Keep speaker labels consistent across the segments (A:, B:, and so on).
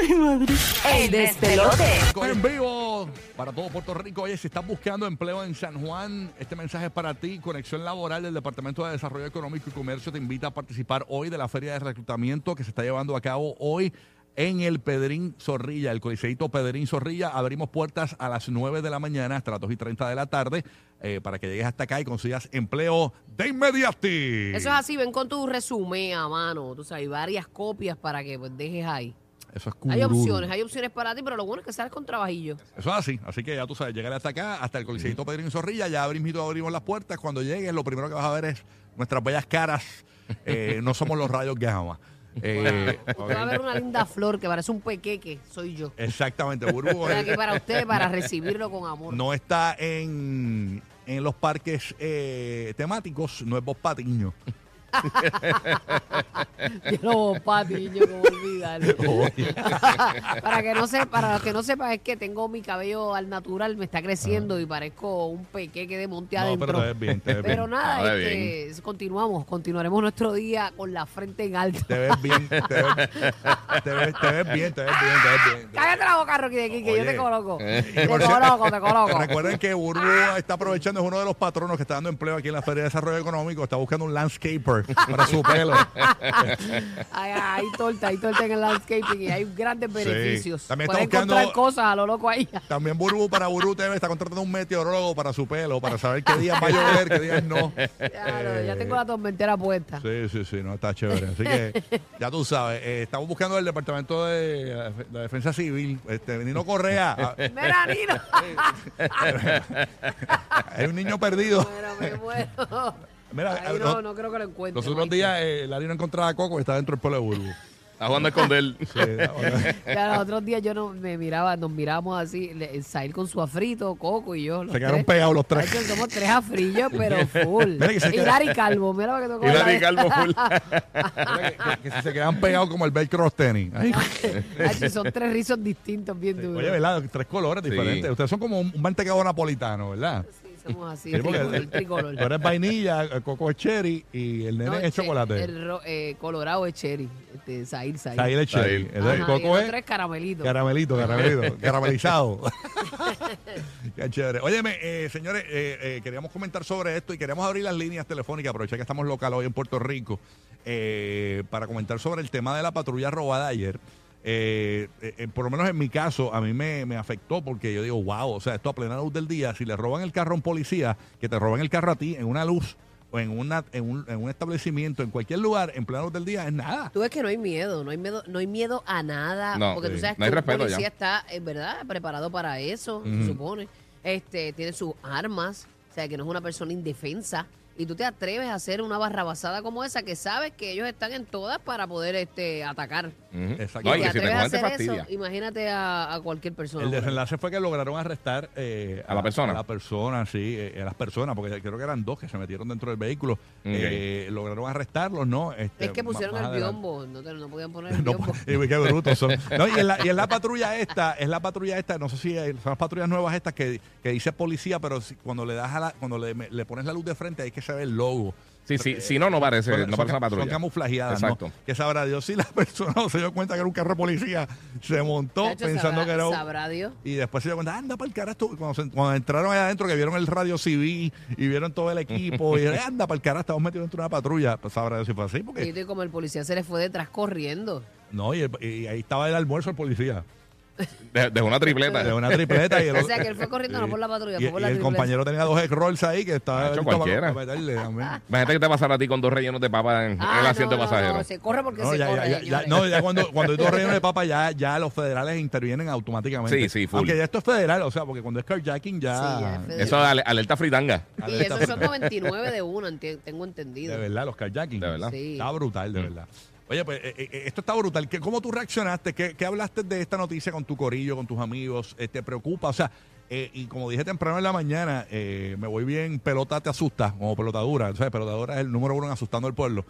A: Ay, madre.
B: El despelote.
C: En vivo para todo Puerto Rico. Oye, si estás buscando empleo en San Juan, este mensaje es para ti. Conexión Laboral del Departamento de Desarrollo Económico y Comercio te invita a participar hoy de la feria de reclutamiento que se está llevando a cabo hoy en el Pedrín Zorrilla, el coliseíto Pedrín Zorrilla. Abrimos puertas a las 9 de la mañana hasta las 2 y 30 de la tarde eh, para que llegues hasta acá y consigas empleo de inmediato.
B: Eso es así, ven con tu resumen a mano. Tú sabes, hay varias copias para que pues, dejes ahí.
C: Eso es
B: Hay
C: curul.
B: opciones, hay opciones para ti, pero lo bueno es que sales con trabajillo.
C: Eso es así. Así que ya tú sabes, llegar hasta acá, hasta el Coliseíto Pedrín Zorrilla, ya abrimos, abrimos las puertas. Cuando llegues, lo primero que vas a ver es nuestras bellas caras. Eh, no somos los rayos gamma. Eh,
B: Va a haber
C: ok.
B: una linda flor que parece un pequeque, soy yo.
C: Exactamente, Burbu.
B: Estoy aquí
C: eh,
B: para usted, para recibirlo con amor.
C: no está en, en los parques eh, temáticos, no es Bob Patiño.
B: Yo no, papi, yo como olvidarlo. para que no se, para los que no sepan, es que tengo mi cabello al natural, me está creciendo y parezco un pequeque de monte
C: No,
B: adentro.
C: pero te ves bien, te ves
B: Pero
C: bien.
B: nada,
D: Ah,
B: este, continuamos, continuaremos nuestro día con la frente en alto.
C: Te ves bien, te ves, te ves- te ves bien, te ves bien, te ves bien.
B: Cállate la boca, Rocky de aquí, que yo te
C: Oye. eh.
B: coloco. Te
C: por cierto-
B: coloco, te coloco.
C: Recuerden que Burbu está aprovechando, es uno de los patronos que está dando empleo aquí en la Feria de Desarrollo Económico. Está buscando un landscaper para su pelo.
B: Hay, hay torta, hay torta en el landscaping y hay grandes beneficios.
C: También
B: Puedes
C: está buscando-
B: encontrar cosas a lo loco ahí.
C: También Burbu para Burbu TV está contratando un meteorólogo para su pelo, para saber qué días va a llover, qué días no.
B: Claro,
C: Eh,
B: ya tengo la tormentera puesta.
C: Sí, sí, sí, no, está chévere. Así que ya tú sabes, eh, estamos buscando el Departamento de, eh, la Defensa Civil, este, Nino Correa. Ah,
B: Mira, Nino.
C: Hay un niño perdido.
B: Bueno, me muero.
C: Mira,
B: Ahí
C: los-
B: no, no creo que lo encuentre.
C: Los otros
B: Mike.
C: días eh, Larry no encontraba a Coco y está dentro del pelo de Burbu.
D: Está jugando a esconder.
C: Sí, ahora-
B: Ya los otros días yo no me miraba, nos mirábamos así, le- el Sail con su afrito, Coco y yo. los
C: se quedaron
B: tres.
C: pegados los
B: Ay,
C: tres.
B: que somos tres afrillos, pero full.
C: Mira que se
B: y
C: queda-
B: Larry Calvo, mira para que tocó.
D: Y Larry Calvo full.
C: que, que- que se quedan pegados como el velcro de los tenis. Ay,
B: son tres rizos distintos, bien duros.
C: Oye, ¿verdad? Tres colores
D: Sí.
C: diferentes. Ustedes son como un, un mantecado napolitano, ¿verdad?
B: Sí, somos así,
C: Sí, porque- eh,
B: tricolor, tricolor.
C: Tú eres vainilla, el Coco es cherry y el nene
B: No,
C: es
B: che-
C: chocolate.
B: el ro- eh, colorado es cherry, este, Sail, Sail.
C: Ahí es cherry.
D: Ahí.
C: El de
B: Ajá, y el
C: Coco es
B: otro es caramelito.
C: caramelito, caramelito, caramelizado. Qué chévere. Óyeme, eh, señores, eh, eh, queríamos comentar sobre esto y queríamos abrir las líneas telefónicas, aprovechar que estamos local hoy en Puerto Rico, eh, para comentar sobre el tema de la patrulla robada ayer. Eh, eh, eh, por lo menos en mi caso, a mí me, me afectó porque yo digo, wow, o sea, esto a plena luz del día, si le roban el carro a un policía, que te roban el carro a ti en una luz o en, una, en, un, en un establecimiento, en cualquier lugar, en plena luz del día, es nada.
B: Tú ves que no hay miedo, no hay miedo, no hay miedo a nada,
D: No,
B: porque tú
D: sí.
B: sabes
D: No
B: que
D: hay
B: un
D: respeto ya.
B: policía está, en verdad, preparado para eso, se supone. Este, tiene sus armas, o sea, que no es una persona indefensa. Y tú te atreves a hacer una barrabasada como esa que sabes que ellos están en todas para poder este, atacar.
D: Ujú.
C: Exacto.
D: No,
B: y
D: y
B: te
D: que si te
B: atreves a
D: cogen te
B: hacer eso,
D: fastidia.
B: imagínate a, a cualquier persona.
C: El
B: por ahí.
C: desenlace fue que lograron arrestar eh,
D: A la persona.
C: A la persona, sí, eh, a las personas, porque creo que eran dos que se metieron dentro del vehículo. Eh, lograron arrestarlos, ¿no? Este,
B: es que
C: ma-
B: pusieron
C: más
B: el
C: adelante.
B: biombo, no, te- no podían poner el
C: No,
B: biombo.
C: y qué brutos son. No, y, en la, y en la patrulla esta, es la patrulla esta, no sé si hay- son las patrullas nuevas estas que, que dice policía, pero si- cuando le das a la- cuando le, me- le pones la luz de frente, hay que saber el logo.
D: Sí, sí, si no, no parece,
C: Son,
D: no
C: son ca-
D: parece una patrulla.
C: son camuflajeadas, ¿no?
D: Exacto.
C: Que sabrá Dios si la persona no se dio cuenta que era un carro de policía, se montó
B: Chacho,
C: pensando
B: sabrá-
C: que era un,
B: Sabrá Dios.
C: y después se dio cuenta, anda para el carajo. tú. Cuando, se- cuando entraron allá adentro, que vieron el radio civil y vieron todo el equipo, y anda para el carajo, estamos metidos dentro de una patrulla. Pues sabrá Dios si fue así,
B: Y
C: porque.
B: tú, y como el policía se le fue detrás corriendo.
C: No, y, el- y ahí estaba el almuerzo del policía.
D: De, de una tripleta.
C: De una tripleta. Y el,
B: O
C: otro-
B: sea, que él fue corriendo no por la patrulla,
C: y,
B: fue por la
C: y el
B: tripleta.
C: compañero tenía dos rolls ahí que estaba.
D: Hacho,
C: listo para-
D: cualquiera.
C: para meterle también.
D: Imagínate que te pasara a ti con dos rellenos de papa en, en
B: Ah,
D: el asiento
B: no, no,
D: pasajero.
B: no, se corre porque
C: No,
B: se
C: ya,
B: corre.
C: ya- ya-
B: señores.
C: no, ya cuando, cuando hay dos rellenos de papa, ya, ya los federales intervienen automáticamente.
D: Sí, sí, full.
C: Aunque ya esto es federal, o sea, porque cuando es carjacking ya.
B: Sí, ya es federal.
D: Eso es ale- alerta fritanga.
B: y eso son 99 de uno, enti- tengo entendido.
C: De verdad, los carjacking.
D: De verdad. Mm.
B: Sí.
C: Está brutal, de verdad. Oye, pues eh, eh, esto está brutal. ¿Qué- ¿Cómo tú reaccionaste? ¿Qué, qué hablaste de esta noticia con tu corillo, con tus amigos? Eh, ¿Te preocupa? O sea, eh, y como dije temprano en la mañana, eh, me voy bien, pelota te asusta, como pelotadura. O sea, pelotadura es el número uno en asustando al pueblo.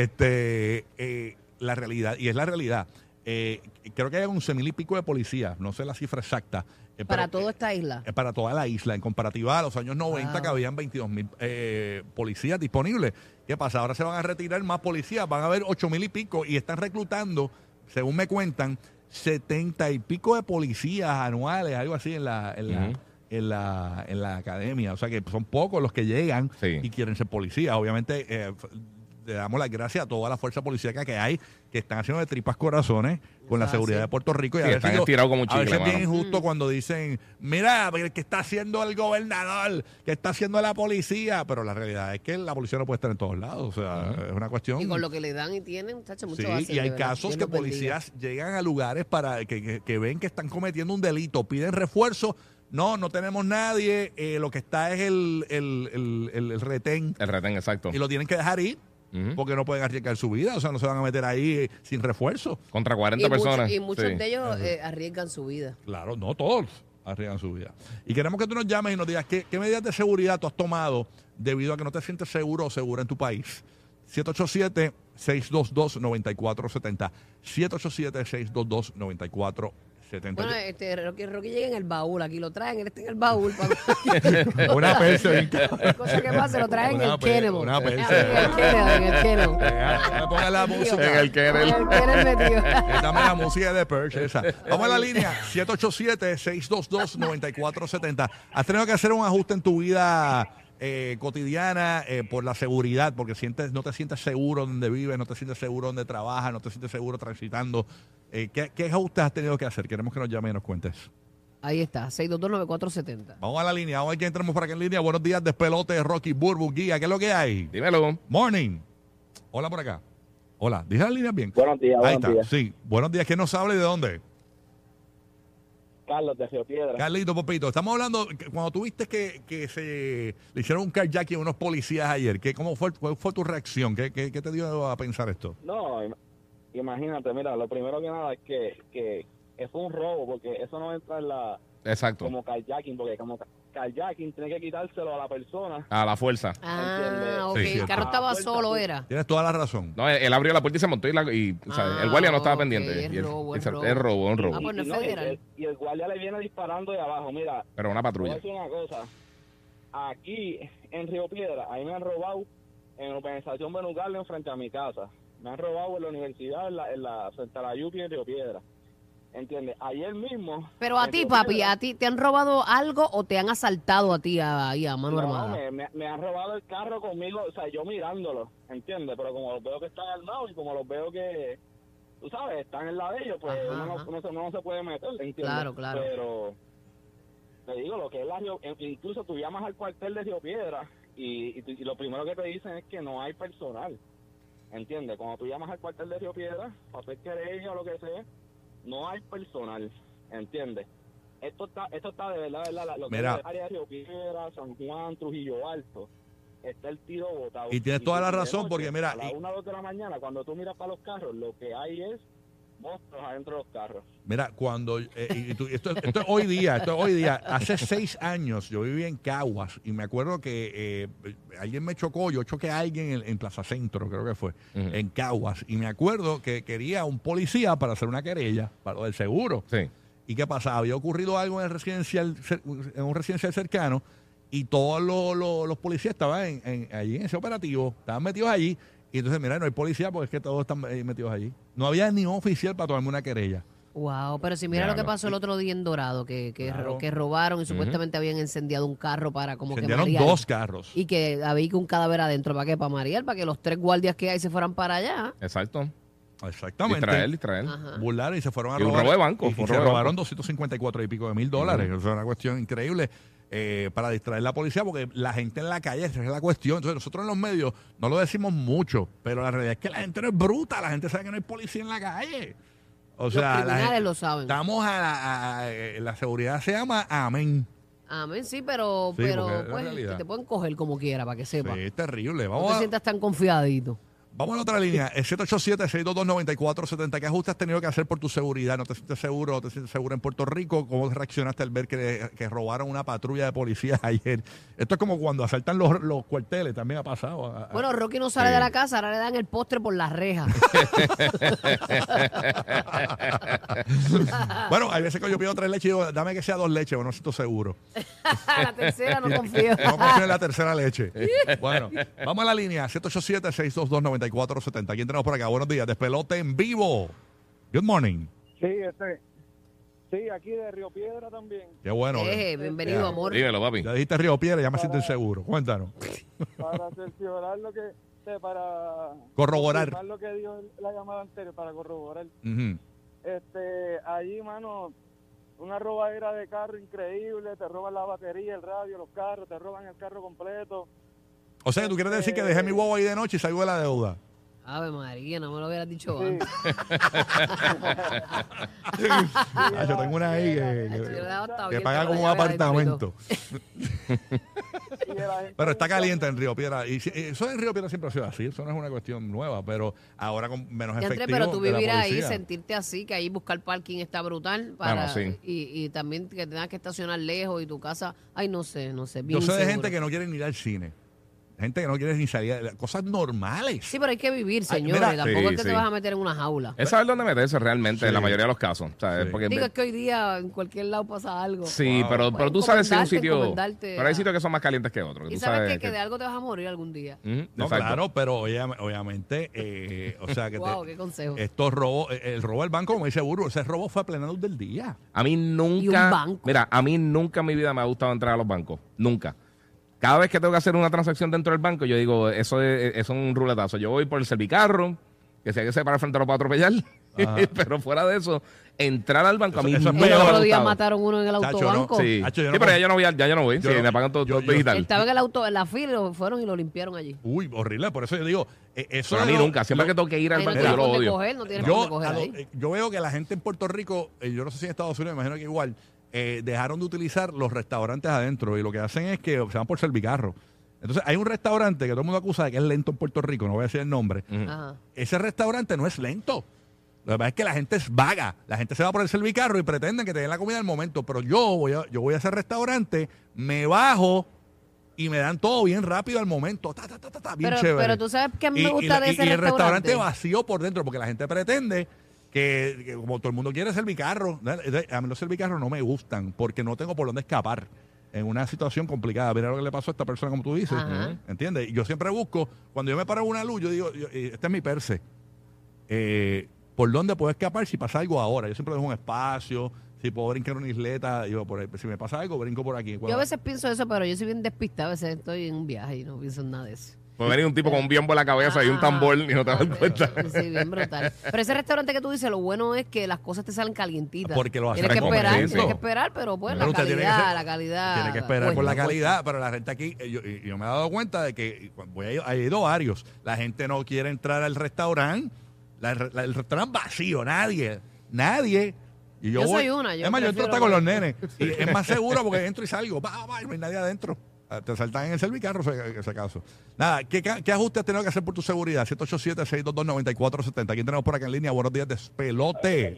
C: Este, eh, la realidad, y es la realidad. Eh, creo que hay un semil y pico de policías, no sé la cifra exacta. eh,
B: Para
C: pero,
B: toda
C: eh,
B: esta isla.
C: es para toda la isla, en comparativa a los años 90
B: Wow.
C: que habían 22 mil eh, policías disponibles. ¿Qué pasa? Ahora se van a retirar más policías, van a haber 8 mil y pico y están reclutando, según me cuentan, 70 y pico de policías anuales, algo así en la, en la,
D: Ujú.
C: en la, en la academia. O sea que son pocos los que llegan
D: Sí.
C: y quieren ser policías. Obviamente, eh, f- le damos las gracias a toda la fuerza policíaca que hay, que están haciendo de tripas corazones con la
B: Ah,
C: seguridad
B: sí.
C: de Puerto Rico. Y
D: Sí,
C: a veces
D: están
C: yo-
D: estirados como un
C: A veces
D: chicle,
C: es bien
D: mano.
B: Mm.
C: injusto cuando dicen, mira, el que está haciendo el gobernador, que está haciendo la policía. Pero la realidad es que la policía no puede estar en todos lados. O sea, es una cuestión...
B: Y con lo que le dan y tienen, muchachos, mucho
C: Sí,
B: hacen,
C: y
B: de
C: hay
B: verdad.
C: casos
B: Dios
C: que
B: los bendiga.
C: policías llegan a lugares para que, que- que ven que están cometiendo un delito, piden refuerzo. No, no tenemos nadie. eh, lo que está es el, el- el- el- el retén
D: El retén, exacto.
C: y lo tienen que dejar ir
D: Ujú.
C: porque no pueden arriesgar su vida. O sea, no se van a meter ahí eh, sin refuerzo.
D: Contra 40
B: Y mucho-
D: personas.
B: y muchos
D: Sí.
B: de ellos eh, arriesgan su vida.
C: Claro, no todos arriesgan su vida. Y queremos que tú nos llames y nos digas qué, qué medidas de seguridad tú has tomado debido a que no te sientes seguro o segura en tu país. 787-622-9470. 787-622-9470.
B: Bueno, este, Rocky, Rocky llega en el baúl, aquí lo traen, él está en el baúl. pa-
C: Una persa.
B: Cosa que pasa, lo traen en
C: Una
B: el
C: pe-
B: Kennel.
C: una persa.
B: En el Kennel, en el Kennel.
C: Ponga la
D: En
C: música.
D: el kennel.
B: En el Kennel metido.
C: Eh, Dame la música de Perch, esa. Vamos a la línea. 787-622-9470. Has tenido que hacer un ajuste en tu vida eh, cotidiana eh, por la seguridad, porque sientes, no te sientes seguro donde vives, no te sientes seguro donde trabajas, no te sientes seguro transitando. Eh, ¿qué, ¿Qué ajustes has tenido que hacer? Queremos que nos llames y nos cuentes.
B: Ahí está, 6229470.
C: Vamos a la línea. Vamos a ver quién entramos por acá en línea. Buenos días, despelote, Rocky Burbu, guía. ¿Qué es lo que hay?
D: Dímelo.
C: Morning. Hola por acá. Hola, dije las líneas bien.
A: Buenos días,
C: Ahí
A: buenos
C: está,
A: días.
C: sí. Buenos días, ¿quién nos habla y de dónde?
A: Carlos de Río Piedra.
C: Carlito, Popito, estamos hablando, que cuando tuviste que, que se le hicieron un carjacking a unos policías ayer, ¿qué, cómo fue, ¿cuál fue tu reacción? ¿Qué, qué, qué te dio a pensar esto?
A: no, im- imagínate, mira, lo primero que nada es que, que es un robo, porque eso no entra en la
D: Exacto.
A: como carjacking, porque como ca- carjacking tiene que quitárselo a la persona.
D: A la fuerza.
B: Ah,
A: Entiendo.
B: ok,
C: Sí, sí,
B: el carro
A: está.
B: estaba
A: Vuelta,
B: solo,
A: sí.
B: era.
C: Tienes toda la razón.
D: No, él, él abrió la puerta y se montó y, la- y, o sea,
B: Ah,
D: el guardia no estaba
B: ok,
D: pendiente.
B: es
D: Y el-
B: robo,
D: y
B: es
D: se-
B: robo.
D: es robo, es
B: Ah,
D: robo.
B: pues no es
A: y, y
B: federal.
A: el, y el guardia le viene disparando de abajo. Mira,
D: Pero una
A: voy a
D: patrulla.
A: decir una cosa. Aquí en Río Piedra, ahí me han robado en la organización Benugal en frente a mi casa. Me han robado en la universidad, en la, en la frente a la Yupi en Río Piedra. ¿Entiendes? Ayer mismo.
B: Pero a
A: en
B: ti,
A: Río
B: papi,
A: Piedra,
B: a ti te han robado algo o te han asaltado a ti a- ahí a mano
A: No,
B: armada.
A: me, me, me han robado el carro conmigo, o sea, yo mirándolo, ¿entiendes? Pero como los veo que están armados y como los veo que, tú sabes, están en la de ellos, pues
B: Ajá,
A: uno, no-
B: ajá.
A: uno se- uno no se puede meter, ¿entiendes?
B: Claro, claro.
A: Pero, te digo, lo que es la Río- in- incluso tú llamas al cuartel de Río Piedra y, y tú- y lo primero que te dicen es que no hay personal, ¿entiendes? Cuando tú llamas al cuartel de Río Piedra, para hacer querella o lo que sea, no hay personal, ¿entiendes? Esto está, esto está de verdad, de verdad, la- lo que
C: Mira.
A: es el área de Río Piedra, San Juan, Trujillo Alto, está el tiro botado.
C: Y tienes toda la
A: de
C: razón,
A: noche,
C: porque mira,
A: A las
C: y-
A: 1 o 2 de la mañana, cuando tú miras para los carros, lo que hay es monstruos adentro de los carros.
C: Mira, cuando. eh, y tú- esto, esto es hoy día, esto es hoy día. Hace seis años yo vivía en Caguas y me acuerdo que eh, alguien me chocó, yo choqué a alguien en, en Plaza Centro, creo que fue,
D: Ujú.
C: en Caguas. Y me acuerdo que quería un policía para hacer una querella, para lo del seguro.
D: Sí.
C: ¿Y qué pasa? Había ocurrido algo en el residencial, cer- en un residencial cercano, y todos los, los- los policías estaban en- en- allí en ese operativo, estaban metidos allí. Y entonces, mira, no hay policía porque es que todos están eh, metidos allí. No había ni un oficial para tomarme una querella.
B: Wow, pero si mira lo que
D: Claro.
B: pasó el otro día en Dorado, que, que,
C: Claro.
B: ro- que robaron y supuestamente habían incendiado un carro para como que
C: Incendiaron
B: marear.
C: dos carros.
B: Y que había que un cadáver adentro, ¿para qué? Para marear, para que los tres guardias que hay se fueran para allá.
D: Exacto.
C: Exactamente.
D: Distraer, distraer.
B: Ajá.
C: Burlaron y se fueron a
D: Y un
C: robar.
D: robo de banco,
C: Y, y
D: fue un
C: se
D: robo de
C: robaron 254 y pico de mil dólares.
D: Ujú.
C: O sea, una cuestión increíble eh, para distraer la policía, porque la gente en la calle, esa es la cuestión. Entonces, nosotros en los medios no lo decimos mucho, pero la realidad es que la gente no es bruta, la gente sabe que no hay policía en la calle. O sea, la
B: criminales
C: gente-
B: lo saben.
C: Estamos a la, a- a- eh, la seguridad se llama amén.
B: Amén, sí, pero,
C: Sí, porque es
B: pero
C: la
B: pues,
C: realidad.
B: te pueden coger como quiera, para que sepa.
C: Sí, es terrible.
B: No
C: Vamos
B: te
C: a,
B: sientas tan confiadito.
C: Vamos a la otra línea. El 787-622-9470. ¿Qué ajustes has tenido que hacer por tu seguridad? ¿No te sientes seguro? ¿No te sientes seguro en Puerto Rico? ¿Cómo reaccionaste al ver que, que robaron una patrulla de policías ayer? Esto es como cuando asaltan los, los cuarteles. También ha pasado. Ah, A- a-
B: Bueno, Rocky no sale
D: Sí.
B: de la casa, ahora le dan el postre por las rejas.
C: bueno, hay veces que yo pido tres leches y digo, dame que sea dos leches, porque no siento seguro.
B: la tercera no confío.
C: No confío en la tercera leche. Bueno, vamos a la línea. 787-622-9470. Aquí entramos por acá. Buenos días. Despelote en vivo. Good morning.
E: Sí, Sí, este. Sí, aquí de Río Piedra también.
C: Qué bueno. que-
B: Eh, bienvenido,
C: Ya.
B: amor.
D: Dímelo, papi.
C: Ya dijiste Río Piedra, ya me siento
E: Para-
C: inseguro. Cuéntanos.
E: Para cerciorar lo que. este, Para.
C: Corroborar.
E: confirmar Lo que dijo la llamada anterior, para corroborar.
C: Ujú.
E: Este, allí, mano, una robadera de carro increíble. Te roban la batería, el radio, los carros, te roban el carro completo.
C: O sea, que tú quieres decir que dejé mi huevo ahí de noche y salgo de la deuda.
B: Ave María, no me lo hubieras dicho
E: Sí.
B: antes.
C: Ah, yo tengo una ahí que,
B: Yo le he dado
C: que,
B: hasta
C: que
B: abierta
C: paga
B: la
C: como un
B: llave ahí,
C: apartamento.
E: Y de la gente
C: Pero está
E: buscando-
C: caliente en Río Piedra. Y si- eso en Río Piedra siempre ha sido así. Eso no es una cuestión nueva, pero ahora con menos
B: Ya entré,
C: efectivo
B: pero tú
C: de la
B: vivir ahí,
C: policía.
B: sentirte así, que ahí buscar parking está brutal. Para,
D: Bueno, sí.
B: y, y también que tengas que estacionar lejos y tu casa. Ay, no sé, no sé. bien
C: Yo sé de
B: inseguro.
C: gente que no quiere ni ir al cine. Gente que no quiere ni salir. a- Cosas normales.
B: Sí, pero hay que vivir,
C: Ay,
B: señores.
C: mira,
B: Tampoco
D: sí,
B: es que
D: sí.
B: te vas a meter en una jaula.
D: Es saber dónde meterse realmente en la
C: Sí.
D: mayoría de los casos. ¿sabes?
C: Sí.
D: Porque
B: Digo, es que hoy día en cualquier lado pasa algo.
D: Sí,
C: Wow.
D: pero, pero tú sabes si un
B: Encomendarte,
D: sitio.
B: encomendarte,
D: Pero hay
B: ah.
D: sitios que son más calientes que otros. que
B: Y
D: tú
B: sabes que,
D: sabes
B: que
D: que-
B: de algo te vas a morir algún día.
D: Ujú,
C: No,
D: exacto.
C: claro, pero obvia- obviamente, eh, o sea, que te-
B: Wow, qué consejo.
C: estos robos, eh, el robo del banco, como dice Burro, ese robo fue a plena luz del día.
D: A mí nunca.
B: Y un banco.
D: Mira, a mí nunca en mi vida me ha gustado entrar a los bancos. Nunca. Cada vez que tengo que hacer una transacción dentro del banco, yo digo, eso es, e, eso es un ruletazo. Yo voy por el servicarro, que si hay que se para al frente lo puedo atropellar. pero fuera de eso, entrar al banco a mí
C: Eso- eso es
B: El
D: nunca me ha
C: peor.
B: otro día
D: gustado.
B: mataron uno en el
C: Chacho, no,
B: autobanco.
D: Sí,
C: Hacho, yo
D: Sí,
C: no
D: pero
C: puedo-
D: ya yo no voy, al- ya yo no voy.
C: yo
D: sí,
C: no-
D: me pagan todo,
C: yo-
D: todo
C: yo-
D: digital.
B: Él estaba en el auto, en la fila, y lo fueron y lo limpiaron allí.
C: Uy, horrible. Por eso yo digo, eh, eso
D: Pero a
C: de
D: mí
C: lo-
D: nunca. Siempre
C: lo-
D: que tengo que ir al
B: Ahí no
D: banco,
B: tienes
D: yo
B: por
D: lo
B: dónde
D: odio.
B: coger, no tienes por dónde
C: Yo,
B: coger
C: a lo-
B: ahí.
C: eh, yo veo que la gente en Puerto Rico, eh, yo no sé si en Estados Unidos, me imagino que igual, eh, dejaron de utilizar los restaurantes adentro y lo que hacen es que se van por servicarro. Entonces, hay un restaurante que todo el mundo acusa de que es lento en Puerto Rico, no voy a decir el nombre.
B: Ajá.
C: Ese restaurante no es lento. Lo que pasa es que la gente es vaga. La gente se va por el servicarro y pretenden que te den la comida al momento. Pero yo voy a, yo voy a ese restaurante, me bajo y me dan todo bien rápido al momento. Ta, ta, ta, ta, ta, bien
B: Pero-
C: chévere.
B: pero tú sabes qué a mí me gusta
C: la-
B: de ese
C: y el restaurante
B: restaurante.
C: vacío por dentro, porque la gente pretende que, que como todo el mundo quiere servicarro, ¿no? Entonces, a mí los servicarros no me gustan porque no tengo por dónde escapar en una situación complicada. Mira lo que le pasó a esta persona, como tú dices.
B: Ajá.
C: ¿Entiendes? Y Yo siempre busco, cuando yo me paro en una luz, yo digo, yo- eh, este es mi perse. Eh, ¿Por dónde puedo escapar si pasa algo ahora? Yo siempre dejo un espacio, si puedo brincar una isleta, yo por ahí, si me pasa algo, brinco por aquí.
B: Yo a veces pienso eso, pero yo soy bien despistada. A veces estoy en un viaje y no pienso en nada de eso.
D: Puede venir un tipo con un biombo en la cabeza y un
B: Ah,
D: tambor y no te
B: ah,
D: das cuenta.
B: pero- Sí, bien brutal. Pero ese restaurante que tú dices, lo bueno es que las cosas te salen calientitas.
C: Porque lo hacen
B: Tienes que esperar,
D: recomendado.
B: tienes que esperar, pero bueno,
C: Pero
B: la
C: usted
B: calidad,
C: tiene que ser-
B: la calidad. Pues
C: Tiene que esperar
B: cuesta,
C: por la
B: cuesta.
C: calidad, pero la gente aquí, eh, yo, y- yo me he dado cuenta de que cu- voy a ir- he ido varios. La gente no quiere entrar al restaurante, la re- la- el restaurante vacío, nadie, nadie. Y yo,
B: Yo
C: voy-
B: soy una, yo
C: es más, yo entro
B: prefiero
C: hasta con los
B: por-
C: nenes. Y es más seguro porque entro y salgo, va, va, y no hay nadie adentro. Ah, Te saltan en el servicarro se- en ese caso. Nada, ¿qué, ca- qué ajustes has tenido que hacer por tu seguridad? 787-622-9470. Aquí tenemos por acá en línea. Buenos días, despelote.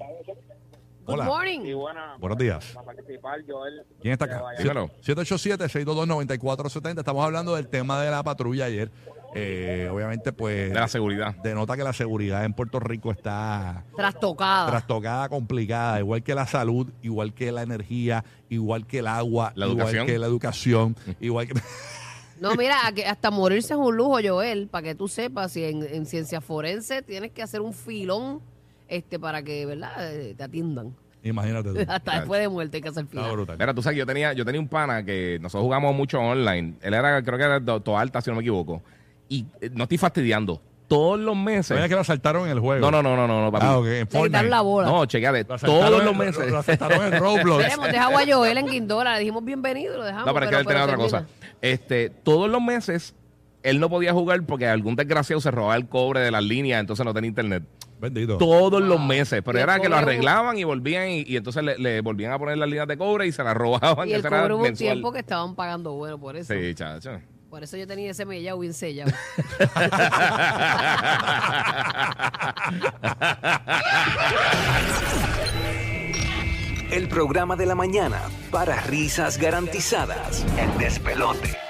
B: Good
C: Hola.
B: morning.
E: Y bueno,
C: Buenos días.
E: para participar, Joel.
C: ¿Quién está acá?
E: Vaya.
D: Dímelo.
C: 787-622-9470. Estamos hablando del tema de la patrulla ayer. Eh, obviamente, pues.
D: De la seguridad.
C: Denota que la seguridad en Puerto Rico está
B: Trastocada.
C: trastocada, complicada, igual que la salud, igual que la energía, igual que el agua,
D: La
C: igual
D: educación.
C: que la educación, igual que.
B: No, mira, a que hasta morirse es un lujo, Joel, para que tú sepas, si en, en ciencia forense tienes que hacer un filón este para que, ¿verdad?, Eh, te atiendan.
C: Imagínate. tú.
B: Hasta después de muerte hay que hacer
C: Está
B: filón.
C: brutal.
D: Mira, tú sabes que yo tenía, yo tenía un pana que nosotros jugamos mucho online. Él era, creo que era de Toalta, si no me equivoco. Y eh, no estoy fastidiando. Todos los meses.
C: Sabía que lo asaltaron en el juego.
D: No, no, no, no, no, no, papi.
C: Ah, ok, en
B: Le quitaron
C: Fortnite.
B: la bola.
D: No, chequeate.
C: Lo asaltaron
D: Todos
C: en-
D: los
C: lo-
D: meses.
C: Lo, asaltaron en Roblox.
B: Tenemos, dejamos a Joel en Guindola, le dijimos bienvenido, lo dejamos.
D: No, pero es que él tenía otra cosa.
B: termina.
D: Este, todos los meses él no podía jugar porque algún desgraciado se robaba el cobre de las líneas, entonces no tenía internet.
C: Bendito.
D: Todos los meses. Pero
B: Y el
D: era que lo
B: cobre hubo-
D: arreglaban y volvían y, y entonces le, le volvían a poner las líneas de cobre y se las robaban.
B: Y
D: que
B: el
D: eso era
B: cobre hubo un
D: mensual.
B: tiempo que estaban pagando bueno por eso.
D: Sí, chacho.
B: Por eso yo tenía ese mellao bien sellado.
F: El programa de la mañana para risas garantizadas. El despelote.